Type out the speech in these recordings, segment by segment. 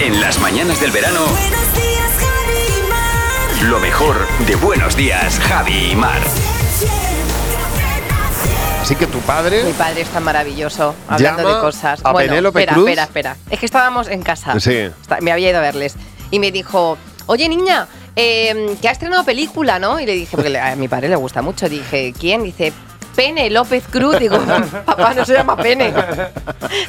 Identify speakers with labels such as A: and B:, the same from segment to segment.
A: En las mañanas del verano. Buenos días, Javi y Mar. Lo mejor de Buenos días, Javi y Mar.
B: Así que tu padre.
C: Mi padre está maravilloso hablando
B: Llama
C: de cosas.
B: a
C: bueno,
B: Penélope
C: espera,
B: Cruz.
C: espera, espera. Es que estábamos en casa.
B: Sí.
C: Está- me había ido a verles. Y me dijo, oye niña, eh, que ha estrenado película, ¿no? Y le dije, porque le- a mi padre le gusta mucho. Dije, ¿quién? Dice, Pene López Cruz. Digo, papá, no se llama Pene.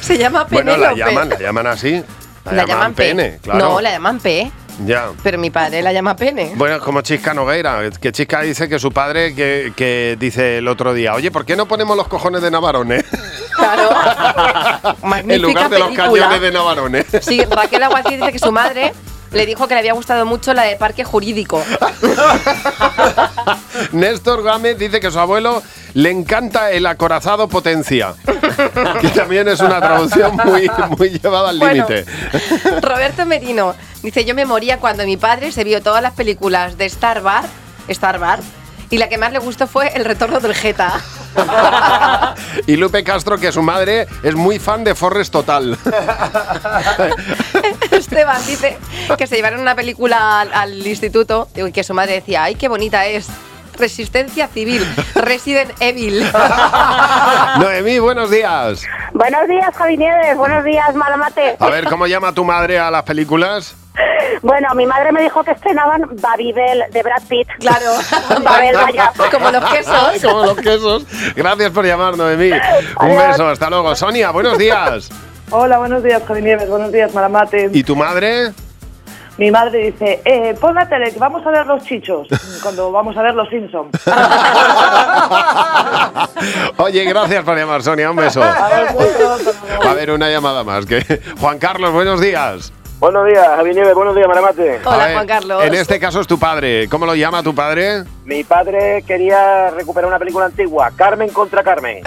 C: Se llama
B: Bueno,
C: Penélope.
B: la llaman, la llaman así. La, llaman,
C: P.
B: pene, claro.
C: No, la llaman P,
B: Ya.
C: pero mi padre la llama Pene.
B: Bueno, es como Chisca Nogueira, que Chisca dice que su padre que, que dice el otro día, oye, ¿por qué no ponemos los cojones de Navarone
C: Claro. Magnífica
B: en lugar de los
C: película.
B: cañones de Navarone?
C: Sí, Raquel Aguacil dice que su madre le dijo que le había gustado mucho la de Parque Jurídico.
B: Néstor Gámez dice que a su abuelo le encanta el acorazado potencia, que también es una traducción muy, muy llevada al
C: Bueno.
B: límite.
C: Roberto Merino dice, yo me moría cuando mi padre se vio todas las películas de Star Wars, Star Wars, y la que más le gustó fue El Retorno del Jeta.
B: Y Lupe Castro, que su madre es muy fan de Forrest Total.
C: Esteban dice que se llevaron una película al, al instituto y que su madre decía, ay, qué bonita es. Resistencia Civil, Resident Evil.
B: Noemí, buenos días.
D: Buenos días, Javi Nieves. Buenos días, Malamate.
B: A ver, ¿cómo llama tu madre a las películas?
D: Bueno, mi madre me dijo que estrenaban Babybel de Brad Pitt.
C: Claro,
D: Babel, vaya.
C: como los quesos.
B: Como los quesos. Gracias por llamar, Noemí. Un
D: Adiós.
B: beso, hasta luego. Sonia, buenos días.
E: Hola, buenos días, Javi Nieves. Buenos días, Malamate.
B: ¿Y tu madre?
E: Mi madre dice, eh, pon la tele, que vamos a ver los chichos. Cuando vamos a ver los Simpsons.
B: Oye, gracias por llamar, Sonia. Un beso. Va a haber una llamada más. Que... Juan Carlos, buenos días.
F: Buenos días, Javi Nieves. Buenos días, Maramate.
B: A
C: Hola,
B: ver,
C: Juan Carlos.
B: En este caso es tu padre. ¿Cómo lo llama tu padre?
F: Mi padre quería recuperar una película antigua, Carmen contra Carmen.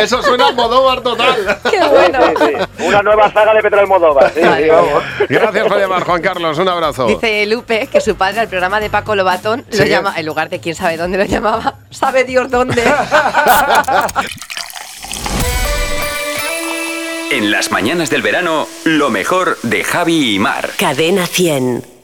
B: Eso suena a Modóvar total.
C: Qué bueno.
F: Sí, sí. Una nueva saga de Pedro Almodóvar. Sí, sí, vamos.
B: Gracias por llamar, Juan Carlos. Un abrazo.
C: Dice Lupe que su padre al programa de Paco Lobatón
B: Sí.
C: lo llama, en lugar de quién sabe dónde lo llamaba, sabe Dios dónde.
A: En las mañanas del verano, lo mejor de Javi y Mar.
G: Cadena 100.